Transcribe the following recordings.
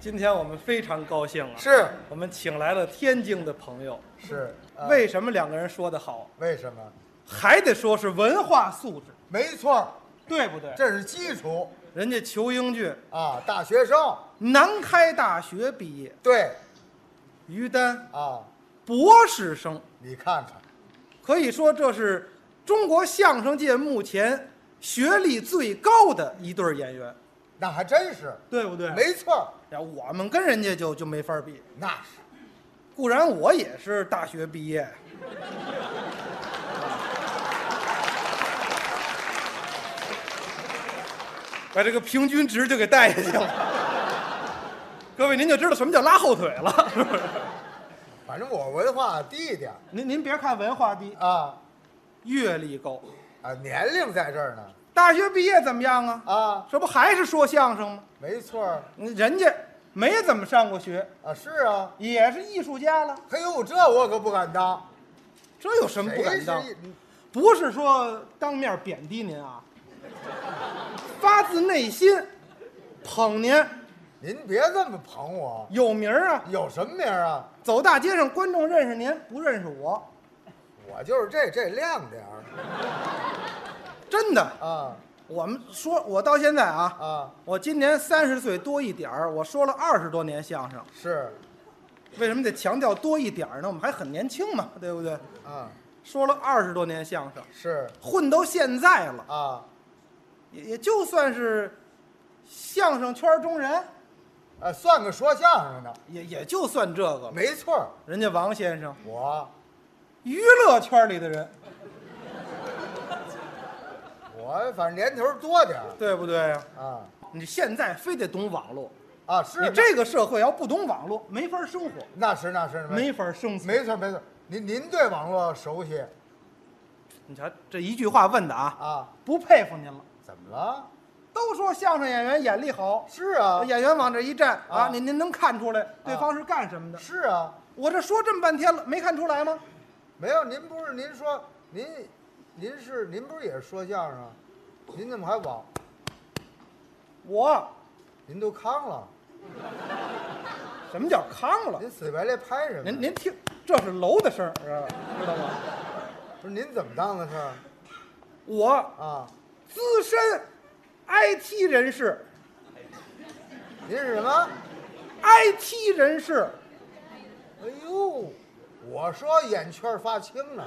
今天我们非常高兴啊，是我们请来了天津的朋友。是，呃为什么两个人说得好，为什么？还得说是文化素质，没错儿，对不对？这是基础人家裘英俊，啊，大学生南开大学毕业，对于丹啊，博士生，你看看，可以说这是中国相声界目前学历最高的一对儿演员，那还真是，对不对？没错儿，呀，我们跟人家就就没法比。那是固然我也是大学毕业，把这个平均值就给带下去了。各位，您就知道什么叫拉后腿了，是不是？反正我文化低一点儿您您别看文化低，啊阅历高，啊，年龄在这儿呢大学毕业怎么样啊？啊，这不还是说相声吗？没错儿人家没怎么上过学，啊，是啊，也是艺术家了，嘿呦，这我可不敢当，这有什么不谁敢是当？一不是说当面贬低您啊，发自内心捧您，您别这么捧我，有名儿啊，有什么名儿啊？走大街上观众认识您，不认识我，我就是这这亮点儿真的。啊我们说，我到现在啊，啊，我今年三十岁多一点儿，我说了二十多年相声，是为什么得强调多一点儿呢？我们还很年轻嘛，对不对？啊说了二十多年相声，是混到现在了，啊。也也就算是相声圈中人，呃，算个说相声的，也也就算这个了。没错儿。人家王先生。我娱乐圈里的人，我反正年头儿多点儿对不对呀？啊你现在非得懂网络，啊，是你那这个社会要不懂网络，没法生活，那是那是没法生存。没错儿没错儿。您您对网络熟悉你瞧这一句话问的啊，啊？不佩服您了。怎么了？都说相声演员眼力好，是啊，演员往这一站啊，啊您您能看出来对方是干什么的？是啊，我这说这么半天了，没看出来吗？没有您不是您说您您是您不是也是说相声啊？您怎么还网？我您都康了，什么叫康了？您死白赖拍什么？您您听，这是楼的声儿，知道吗？不是您怎么当的事儿我啊？资深 IT 人士您是什么？ ，IT 人士。哎呦，我说眼圈儿发青呢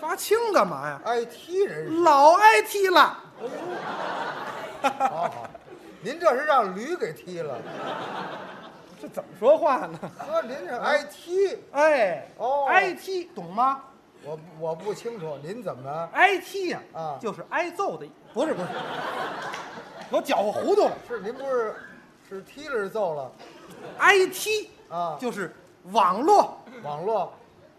发青干嘛呀？ ，IT 人士。老 IT 了，好啊好，您这是让驴给踢了。 这怎么说话呢？呵，您啊是 IT，哎，哦，IT 懂吗我我不清楚您怎么了？IT 呀、啊就是挨揍的意，不是不是，我搅和糊涂了。是您不是是踢了是揍了？ IT 啊就是网络、网络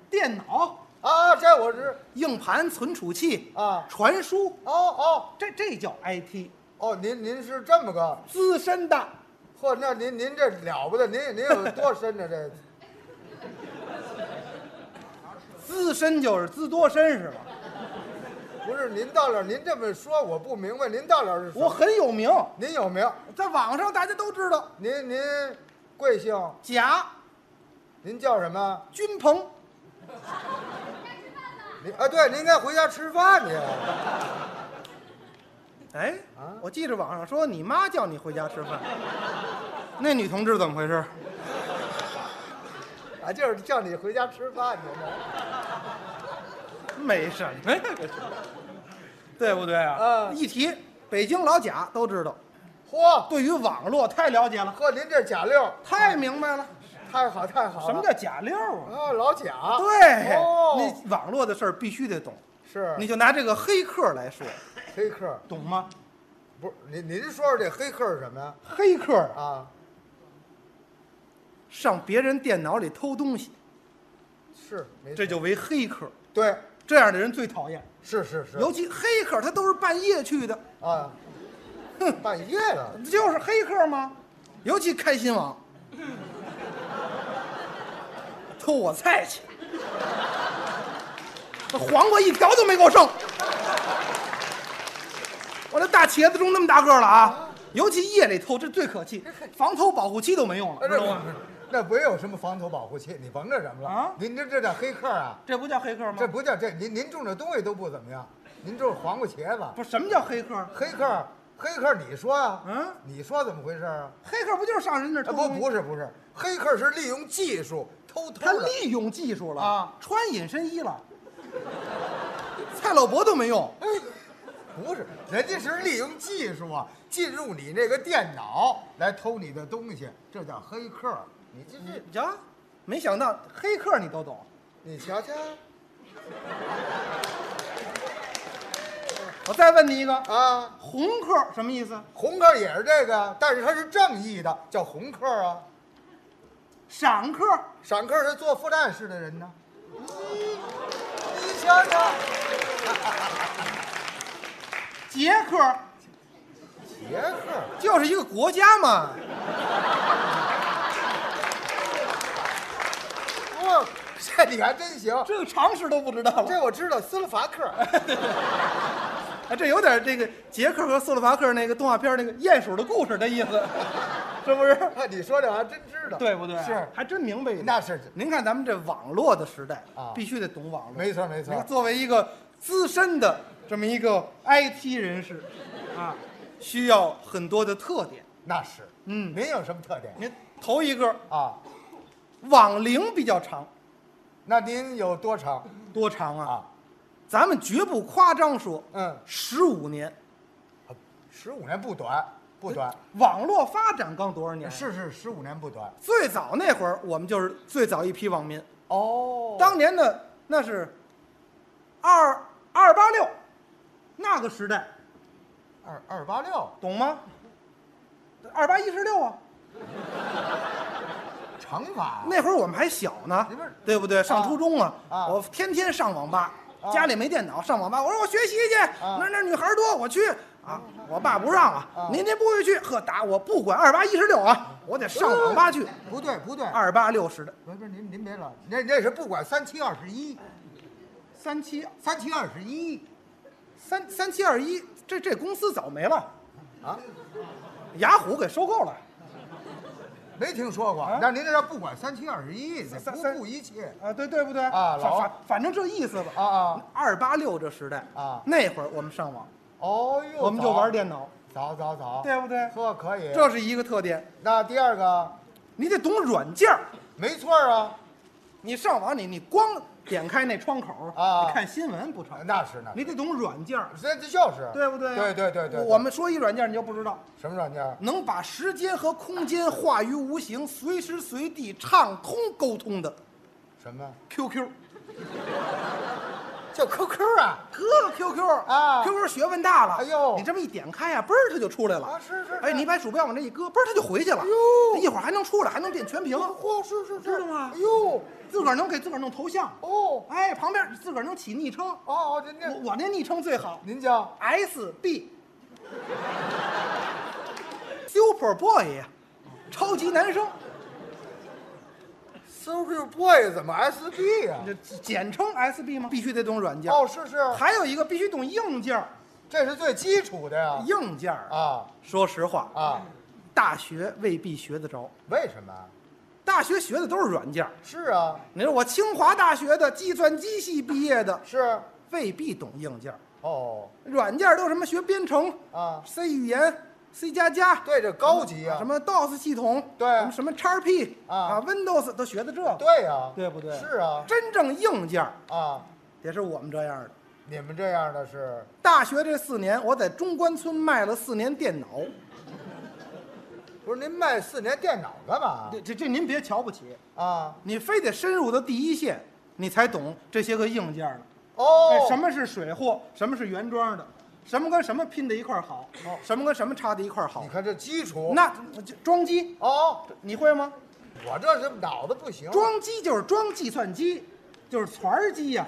电脑、啊，这我知硬盘、存储器啊传输，哦哦这这叫 IT，哦，您您是这么个，资深的。呵，那您您这了不得，您您有多深呢？ 这资深就是资多深是吧？不是您到了，您这么说我不明白，您到了是什么我很有名，您有名？在网上大家都知道。您您贵姓？贾您叫什么？君鹏，您啊，对，您应该回家吃饭去。哎啊，我记着网上说你妈叫你回家吃 饭，那女同志怎么回事？啊，就是叫你回家吃饭去呢。没什么呀，这是哎对不对啊？啊一提北京老贾都知道，嚯，对于网络太了解了，呵，您这贾六太明白了，太好太好了。什么叫假六啊？啊？老贾。对，哦，那网络的事儿必须得懂，是你就拿这个黑客来说，黑客，懂吗？不是您您说说这黑客是什么呀？黑客啊啊，上别人电脑里偷东西，是，没错这就为黑客，对，这样的人最讨厌，是是是。尤其黑客他都是半夜去的。啊，哼半夜了，就是黑客吗？尤其开心网，偷我菜去，那黄瓜一条都没给我剩，我这大茄子中那么大个了啊，尤其夜里偷，这最可气，防偷保护期都没用了，哎知这道不吗？那不有什么防偷保护器，你甭那什么了啊您这这叫黑客啊，这不叫黑客吗？这不叫这您您种的东西都不怎么样，您种黄瓜茄子，不是什么叫黑客？黑客黑客你说啊，嗯你说怎么回事啊？黑客不就是上人那儿啊偷不东西？不是不是，黑客是利用技术偷偷他的，利用技术了啊穿隐身衣了，蔡老伯都没用。哎，不是，人家是利用技术啊，进入你那个电脑来偷你的东西，这叫黑客。你这这，呀，没想到黑客你都懂，你瞧瞧我再问你一个，啊，红客什么意思？红客也是这个，但是他是正义的，叫红客啊。闪客，闪客是做副战士的人呢。你瞧瞧，捷克杰克，就是一个国家嘛。哇，这你还真行，这个常识都不知道了。 这我知道，斯洛伐克。哎，这有点这个捷克和斯洛伐克那个动画片那个鼹鼠的故事的意思，是不是？哎你说这我还真知道，对不啊对？是，还真明白一点。啊那是您看咱们这网络的时代啊必须得懂网络。没错没您错。作为一个资深的这么一个 IT 人士，啊，需要很多的特点。那是，嗯您有什么特点您头一个啊？网龄比较长，那您有多长多长啊？啊？咱们绝不夸张说，嗯，十五年。十五年不短，不短，网络发展刚多少年？是是十五年不短。最早那会儿，我们就是最早一批网民。哦当年的那是二二八六那个时代，二二八六懂吗？二八一十六啊，乘法，那会儿我们还小呢你不是，对不对？上初中啊，啊我天天上网吧，啊家里没电脑，上网吧。我说我学习去，啊那那女孩多，我去啊。我爸不让啊啊，您您不许去，呵，打我不管二八一十六啊，我得上网吧去。不对不对，二八六十的不是不是您您别老，那那是不管三七二十一，三七三七二十一三三七二一，这这公司早没了，啊，雅虎给收购了。没听说过啊。那您这叫不管三七二十一，这三不三顾一切啊，对对不对？啊反老反反正这意思吧。啊啊！二八六这时代啊那会儿我们上网，哦呦，我们就早玩，电脑，早早早，对不对？呵可以。这是一个特点，那第二个，你得懂软件儿没错儿啊，你上网你你光点开那窗口啊你看新闻不成？哎那是那是，你得懂软件儿这这就是对不对啊？对对对对，我们说一软件儿你就不知道，什么软件儿？能把时间和空间化于无形，随时随地畅通沟通的什么？ QQ。叫 QQ 啊？呵，QQ 啊，QQ 学问大了。哎呦你这么一点开呀、嘣儿它就出来了。啊是是是哎，你把鼠标往这一搁，嘣儿它就回去了。哎呦哦一会儿还能出来，还能变全屏，嚯，是是是，知道吗哎呦，自个儿能给自个儿弄头像。哦哎，旁边自个儿能起昵称。哦哦，我您这我那昵称最好您叫，SB Super Boy 呀，超级男生， Super Boy 怎么 SB 呀这？简称 SB 吗？必须得懂软件。哦，是是，还有一个必须懂硬件儿，这是最基础的呀。硬件儿啊说实话，啊，大学未必学得着。为什么？大学学的都是软件儿。是啊，你说我清华大学的计算机系毕业的，是未必懂硬件儿。哦软件儿都什么学编程啊， ，C 语言、C 加加，对，这高级啊什。么 DOS 系统，对什么什么 XP 啊 w i n d o w s 都学的这个，对呀，对不对是啊真正硬件儿啊，也是我们这样的。你们这样的是大学这四年，我在中关村卖了四年电脑。不是？您卖四年电脑干嘛这这这您别瞧不起，啊？你非得深入到第一线，你才懂这些个硬件儿呢。哎哦，什？么是水货，什么是原装的，什么跟什么拼在一块儿好，哦什么跟什么插在一块儿好你。看这基础那就装机哦，你会吗？我这是脑子不行。装机就是装计算机，就是团儿机呀、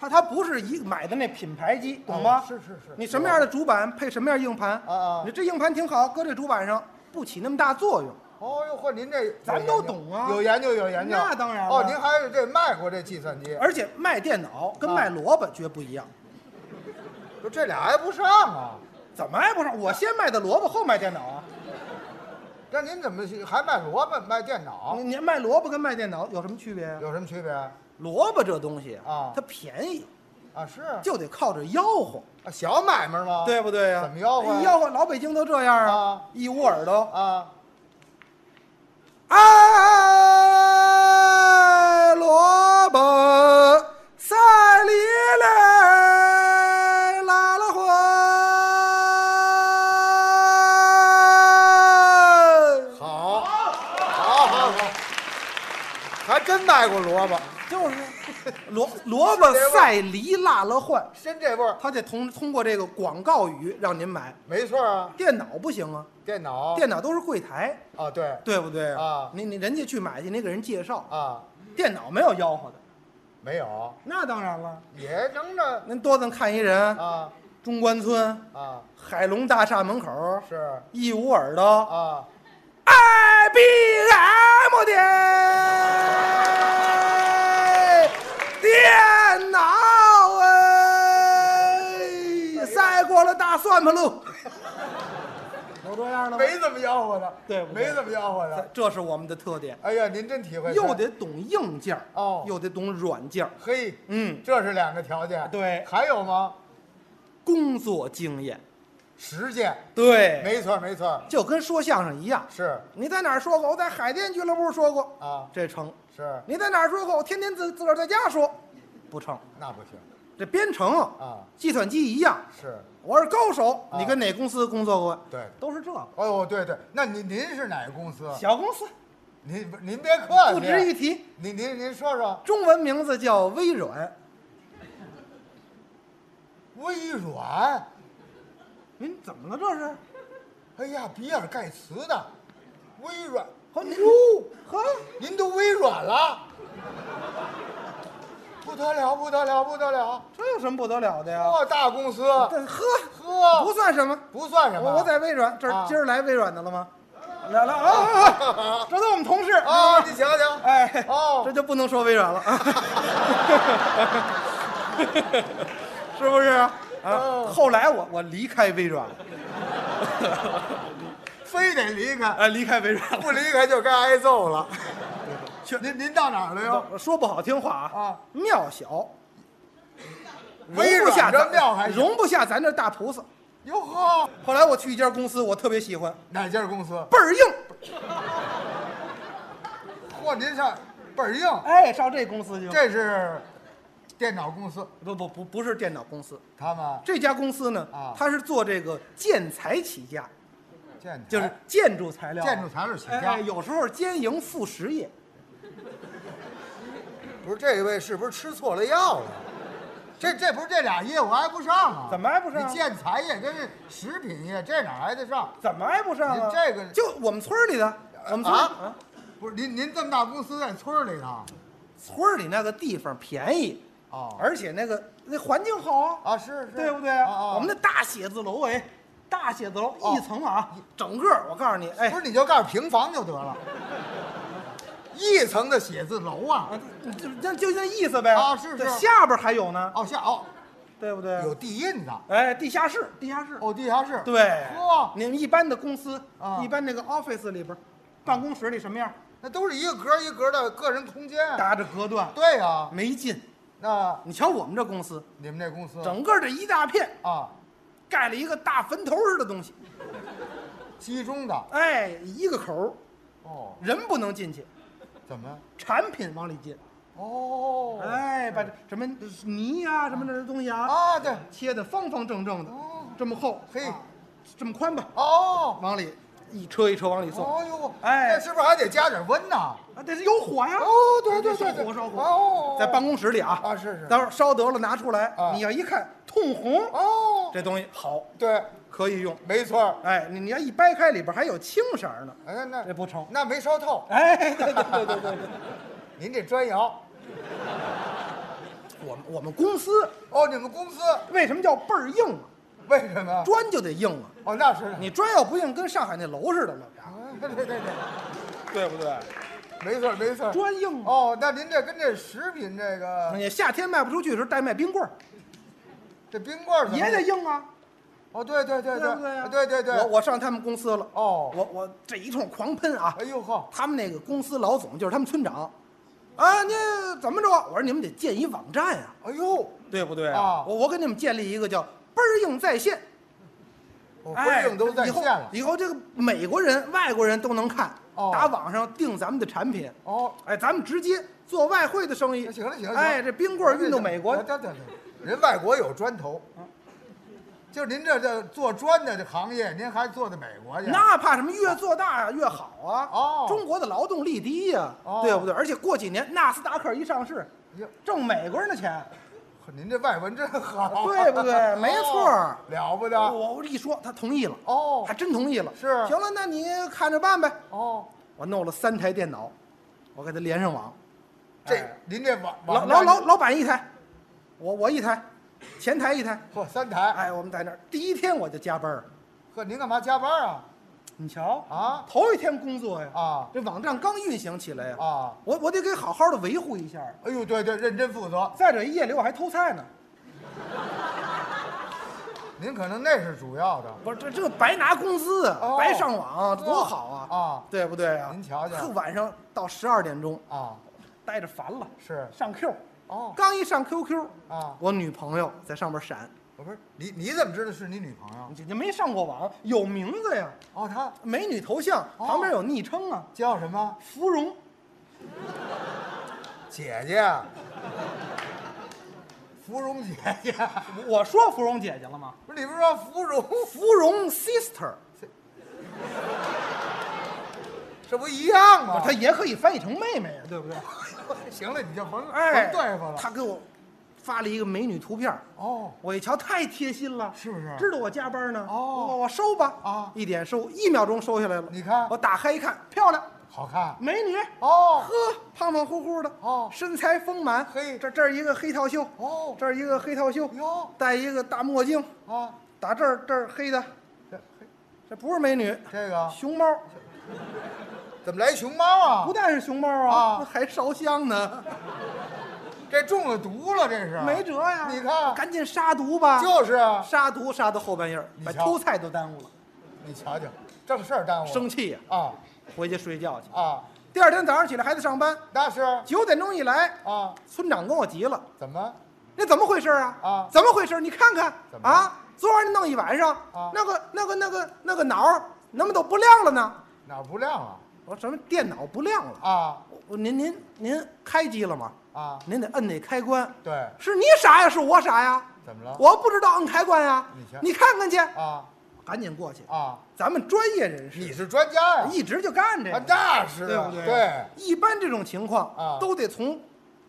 它它不是一买的那品牌机，懂吗？哦是是是你什么样的主板配什么样硬盘啊啊你这硬盘挺好，搁这主板上不起那么大作用。哦呦嚯，您这咱都懂啊有研究有研究。那当然了哦，您还是这卖过这计算机，而且卖电脑跟啊卖萝卜绝不一样。这俩挨不上啊。怎么挨不上？我先卖的萝卜，后卖电脑啊！那您怎么去还卖萝卜卖电脑？您卖萝卜跟卖电脑有什么区别呀、有什么区别啊？萝卜这东西啊它便宜，是啊，就得靠着吆喝，啊小买卖吗？对不对呀、哎怎么吆喝呀吆喝，老北京都这样啊一捂耳朵，啊，哎，萝卜赛里嘞，拉拉花。好，好，好，好，还真卖过萝卜，就是萝萝卜赛梨拉拉换，真这味儿，他得通通过这个广告语让您买。没错啊。电脑不行啊，电脑，电脑都是柜台，啊，对，对不对哦啊你你人家去买去，你给人介绍，啊，电脑没有吆喝的，没有，那当然了。也能着您多咱看一人，啊中关村啊，海龙大厦门口，是义乌耳朵啊， ，I B M 的电脑哎，赛过了大算盘喽，有这样的吗？没怎么吆喝的，对不对没怎么吆喝的。这是我们的特点，哎呀，您真体会深又得懂硬件儿哦又得懂软件儿嘿，嗯，这是两个条件。对还有吗？工作经验，实践，对，没错没错，就跟说相声一样，是你在哪儿说过？我在海淀俱乐部说过，啊这成。是，你在哪儿说过？我天天自自个儿在家说，不成。那不行这编程啊，啊，计算机一样，是。我是高手。啊你跟哪公司工作过？对都是这个哦，对对，那您您是哪个公司？小公司，您不您别客不气，值一提。您您您说说，中文名字叫微软，微软，您怎么了？这是？哎呀，比尔盖茨的，微软，呵，您呵，您都微软了，不得了，不得了，不得了，这有什么不得了的呀？哦，大公司，这呵呵，不算什么。不算什么，我我在微软，这啊儿今儿来微软的了吗？来来啊啊啊！这都我们同事哦，你瞧瞧，哎，哦这就不能说微软了 啊，是不是啊？啊哦后来我我离开微软了，非得啊离开，哎，离开微软了。不离开就该挨揍了。您您到哪儿了又？说不好听话啊，啊庙小，微容不下软这咱庙还行容不下咱这大菩萨。哟呵，后来我去一家公司，我特别喜欢，哪家公司？倍儿硬。嚯，您上倍儿硬，哎，上这公司去这是电脑公司，不不不不是电脑公司，他们这家公司呢啊，它是做这个建材起家，建材就是建筑材料。哎建筑材料起哎家哎，有时候兼营副实业。不是这位是不是吃错了药了？这这不是这俩业务挨不上啊？怎么挨不上啊你建材业跟食品业这哪挨得上？怎么挨不上啊？您这个就我们村儿里的，我们村儿里啊，不是您您这么大公司在村儿里头，村儿里那个地方便宜，哦而且那个那环境好啊，啊是是，对不对啊啊我们那大写字楼哎，大写字楼哦一层啊，整个我告诉你，哎不，是你就告诉平房就得了，一层的写字楼啊，啊就就就那意思呗啊是是对下边还有呢，哦下哦对不对？有地印子，哎，地下室，地下室，哦地下室，对哇，你们一般的公司啊，一般那个 office 里边，办公室里什么样？那都是一个格一格的个人空间啊。搭着隔断，对啊，没劲。那你瞧我们这公司，你们这公司整个这一大片啊，盖了一个大坟头似的东西，集中的哎，一个口儿，哦，人不能进去，怎么？产品往里进，哦，哎，把这什么泥呀、什么这东西啊，啊，对，切的方方正正的哦，这么厚，嘿啊这么宽吧，哦，往里一车一车往里送，哦呦，哎那是不是还得加点温呐？啊，但是有火呀，哎哦，对对对烧对，火烧火，哦，在办公室里啊，啊是是待会儿烧得了拿出来啊，你要一看通红，哦，这东西好，对，可以用，没错儿，哎，你你要一掰开里边还有青色儿呢，哎呀，那这不 成，那没烧透，哎，对对对对对对。您这砖窑，我们我们公司哦，你们公司为什么叫倍儿硬啊？为什么？砖就得硬啊！哦，那是你砖要不硬，跟上海那楼似的了，啊，对对对，对对不对？没错儿没错儿，砖硬啊！哦，那您这跟这食品这个你夏天卖不出去的时候，代卖冰棍儿这冰棍儿怎么也得硬啊！哦，对对对对对不对呀？对对对，我我上他们公司了，哦我我这一通狂喷啊，哎呦呵，他们那个公司老总就是他们村长，啊，那怎么着？我说你们得建一网站呀、哎呦，对不对啊我我给你们建立一个叫“倍儿硬在线”，我哎，回应都在以后线了。以后这个美国人、外国人都能看，哦打网上订咱们的产品。哦，哎，咱们直接做外汇的生意。行了行了，哎，这冰棍儿运到到美国嗯对，对对，对人外国有砖头，就是您这这做砖的这行业，您还做到美国去？那怕什么？越做大呀越好啊！哦中国的劳动力第一呀哦，对不对？而且过几年纳斯达克一上市，哟挣美国人的钱。您这外文真 好，对 不对没错儿哦了不得。我我一说，他同意了，哦还真同意了。是行了，那你看着办呗。哦，我弄了三台电脑，我给他连上网，这哎您这网老网老站老老板一台，我我一台，前台一台。嚯三台，哎，我们在那儿第一天我就加班儿，呵，您干嘛加班啊？你瞧，啊头一天工作呀，啊这网站刚运行起来呀，啊！我我得给好好的维护一下。哎呦，对对，认真负责。再者，夜里我还偷菜呢，您可能那是主要的。不是这这白拿工资啊，哦白上网啊，多好啊，啊对不对啊？您瞧瞧呵晚上到十二点钟，啊，待着烦了，是上 Q，哦刚一上 QQ 啊我女朋友在上面闪，我不是你，你怎么知道是你女朋友？你你没上过网，有名字呀，哦，她美女头像哦旁边有昵称啊，叫什么？芙蓉，姐姐，芙蓉姐姐，我说芙蓉姐姐了吗？不是你不是说芙蓉，芙蓉 sister，这不一样吗？哦她也可以翻译成妹妹呀，对不对？行了，你就甭哎，甭对付了。他给我发了一个美女图片儿，哦，我一瞧太贴心了，是不是知道我加班呢。哦我我收吧。啊一点收，一秒钟收下来了。你看我打开一哦看，漂亮，好看美女。哦呵，胖胖乎乎的，哦身材丰满，嘿这这儿一个黑套袖，哦这儿一个黑套袖，哟戴一个大墨镜，啊，打这儿这儿黑的，这这不是美女，这个熊猫，怎么来熊猫啊不？但是熊猫啊啊，那还烧香呢，这中了毒了，这是没辙呀。你看赶紧杀毒吧，就是啊，杀毒杀到后半夜儿，你把瞧偷菜都耽误了，你瞧瞧，正事儿耽误了生气呀、啊回去睡觉去。啊，第二天早上起来还得上班，那是九点钟一来，啊，村长跟我急了怎么？：“那怎么回事啊？啊怎么回事？你看看怎么了啊，昨晚你弄一晚上，啊那个那个那个那个脑儿怎么都不亮了呢哪儿不亮啊？？”我说：“什么电脑不亮了？啊我我您您您开机了吗？啊，您得摁那开关。对，是你傻呀？是我傻呀？怎么了？我不知道摁开关呀你瞧。你看看去，啊赶紧过去。啊，咱们专业人士你是专家呀？一直就干这啊，个。”那是对啊不对？对，一般这种情况啊都得从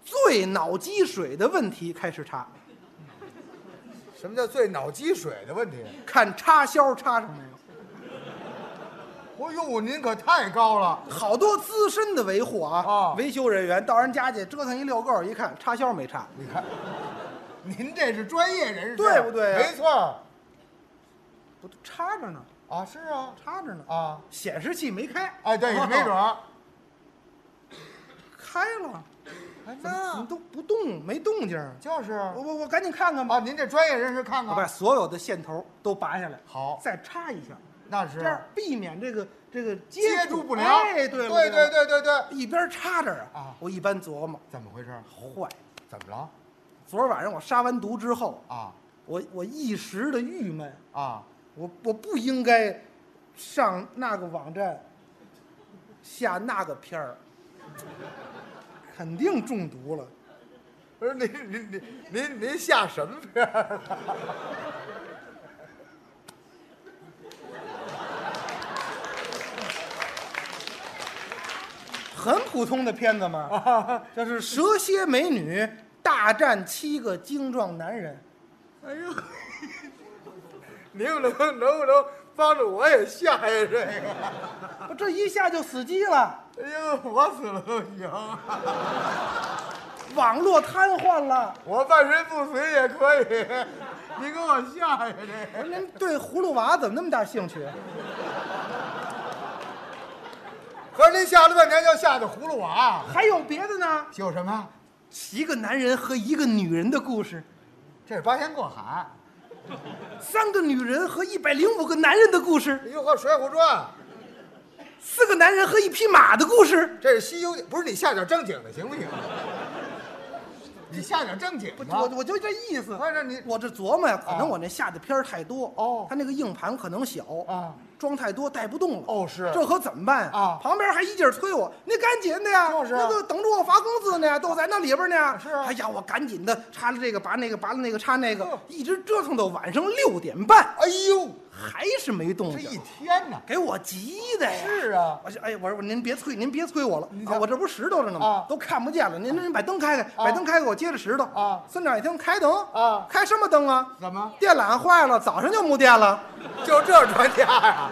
最脑积水的问题开始查，什么叫最脑积水的问题？看插销插上没嗯有。哦呦，您可太高了。好多资深的维护啊，啊维修人员到人家去折腾一溜够，一看插销没插，你看，您这是专业人士，对不对啊没错儿不插着呢，啊，是啊，插着呢，啊，显示器没开。哦哎，对，也没准儿。开了，哎，怎么怎么都不动，没动静儿。就是我啊，我我赶紧看看吧，您这专业人士看我把看，所有的线头都拔下来，好再插一下，那这是样避免这个这个接触不良。哎，对了对对对了对对对，一边插着啊啊，我一般琢磨，怎么回事？坏，怎么了？昨儿晚上我杀完毒之后，啊我我一时的郁闷，啊，我我不应该上那个网站下那个片儿， 肯定中毒了。不是您您您您您下什么片儿了？很普通的片子 啊嘛，就是蛇蝎美女大战七个精壮男人。哎呦，您能能不能帮着我也下下这个？我这一下就死机了，哎呦，我死了都行，网络瘫痪了。我半身不遂也可以。您给我下下这个。我说您对葫芦娃怎么那么大兴趣？合着您下了半天就下的葫芦娃，还有别的呢？有什么？一个男人和一个女人的故事，这是八仙过海，三个女人和一百零五个男人的故事，哟呵，《哎水浒传》四个男人和一匹马的故事。这是《西游记》，不是你下点正经的行不行？你下点正经不，的。我我就这意思。合着你我这琢磨呀，可啊能我那下的片儿太多哦他那个硬盘可能小啊，装太多带不动了。哦是这可怎么办呀啊旁边还一劲儿催我，你赶紧的呀，就是啊那个等着我发工资呢，都在那里边呢。是啊哎呀，我赶紧的插了这个，拔那个，拔了那个，插那个嗯，一直折腾到晚上六点半，哎呦，还是没动这一静，天呐！给我急的呀。是啊，我说，哎，我说您别催，您别催我了你，看啊，我这不是石头着呢啊吗？都看不见了，您您把灯开开，把灯开开，我接着石头。啊村长一听开灯啊开什么灯啊？怎么电缆坏了，早上就没电了。就这专家呀、啊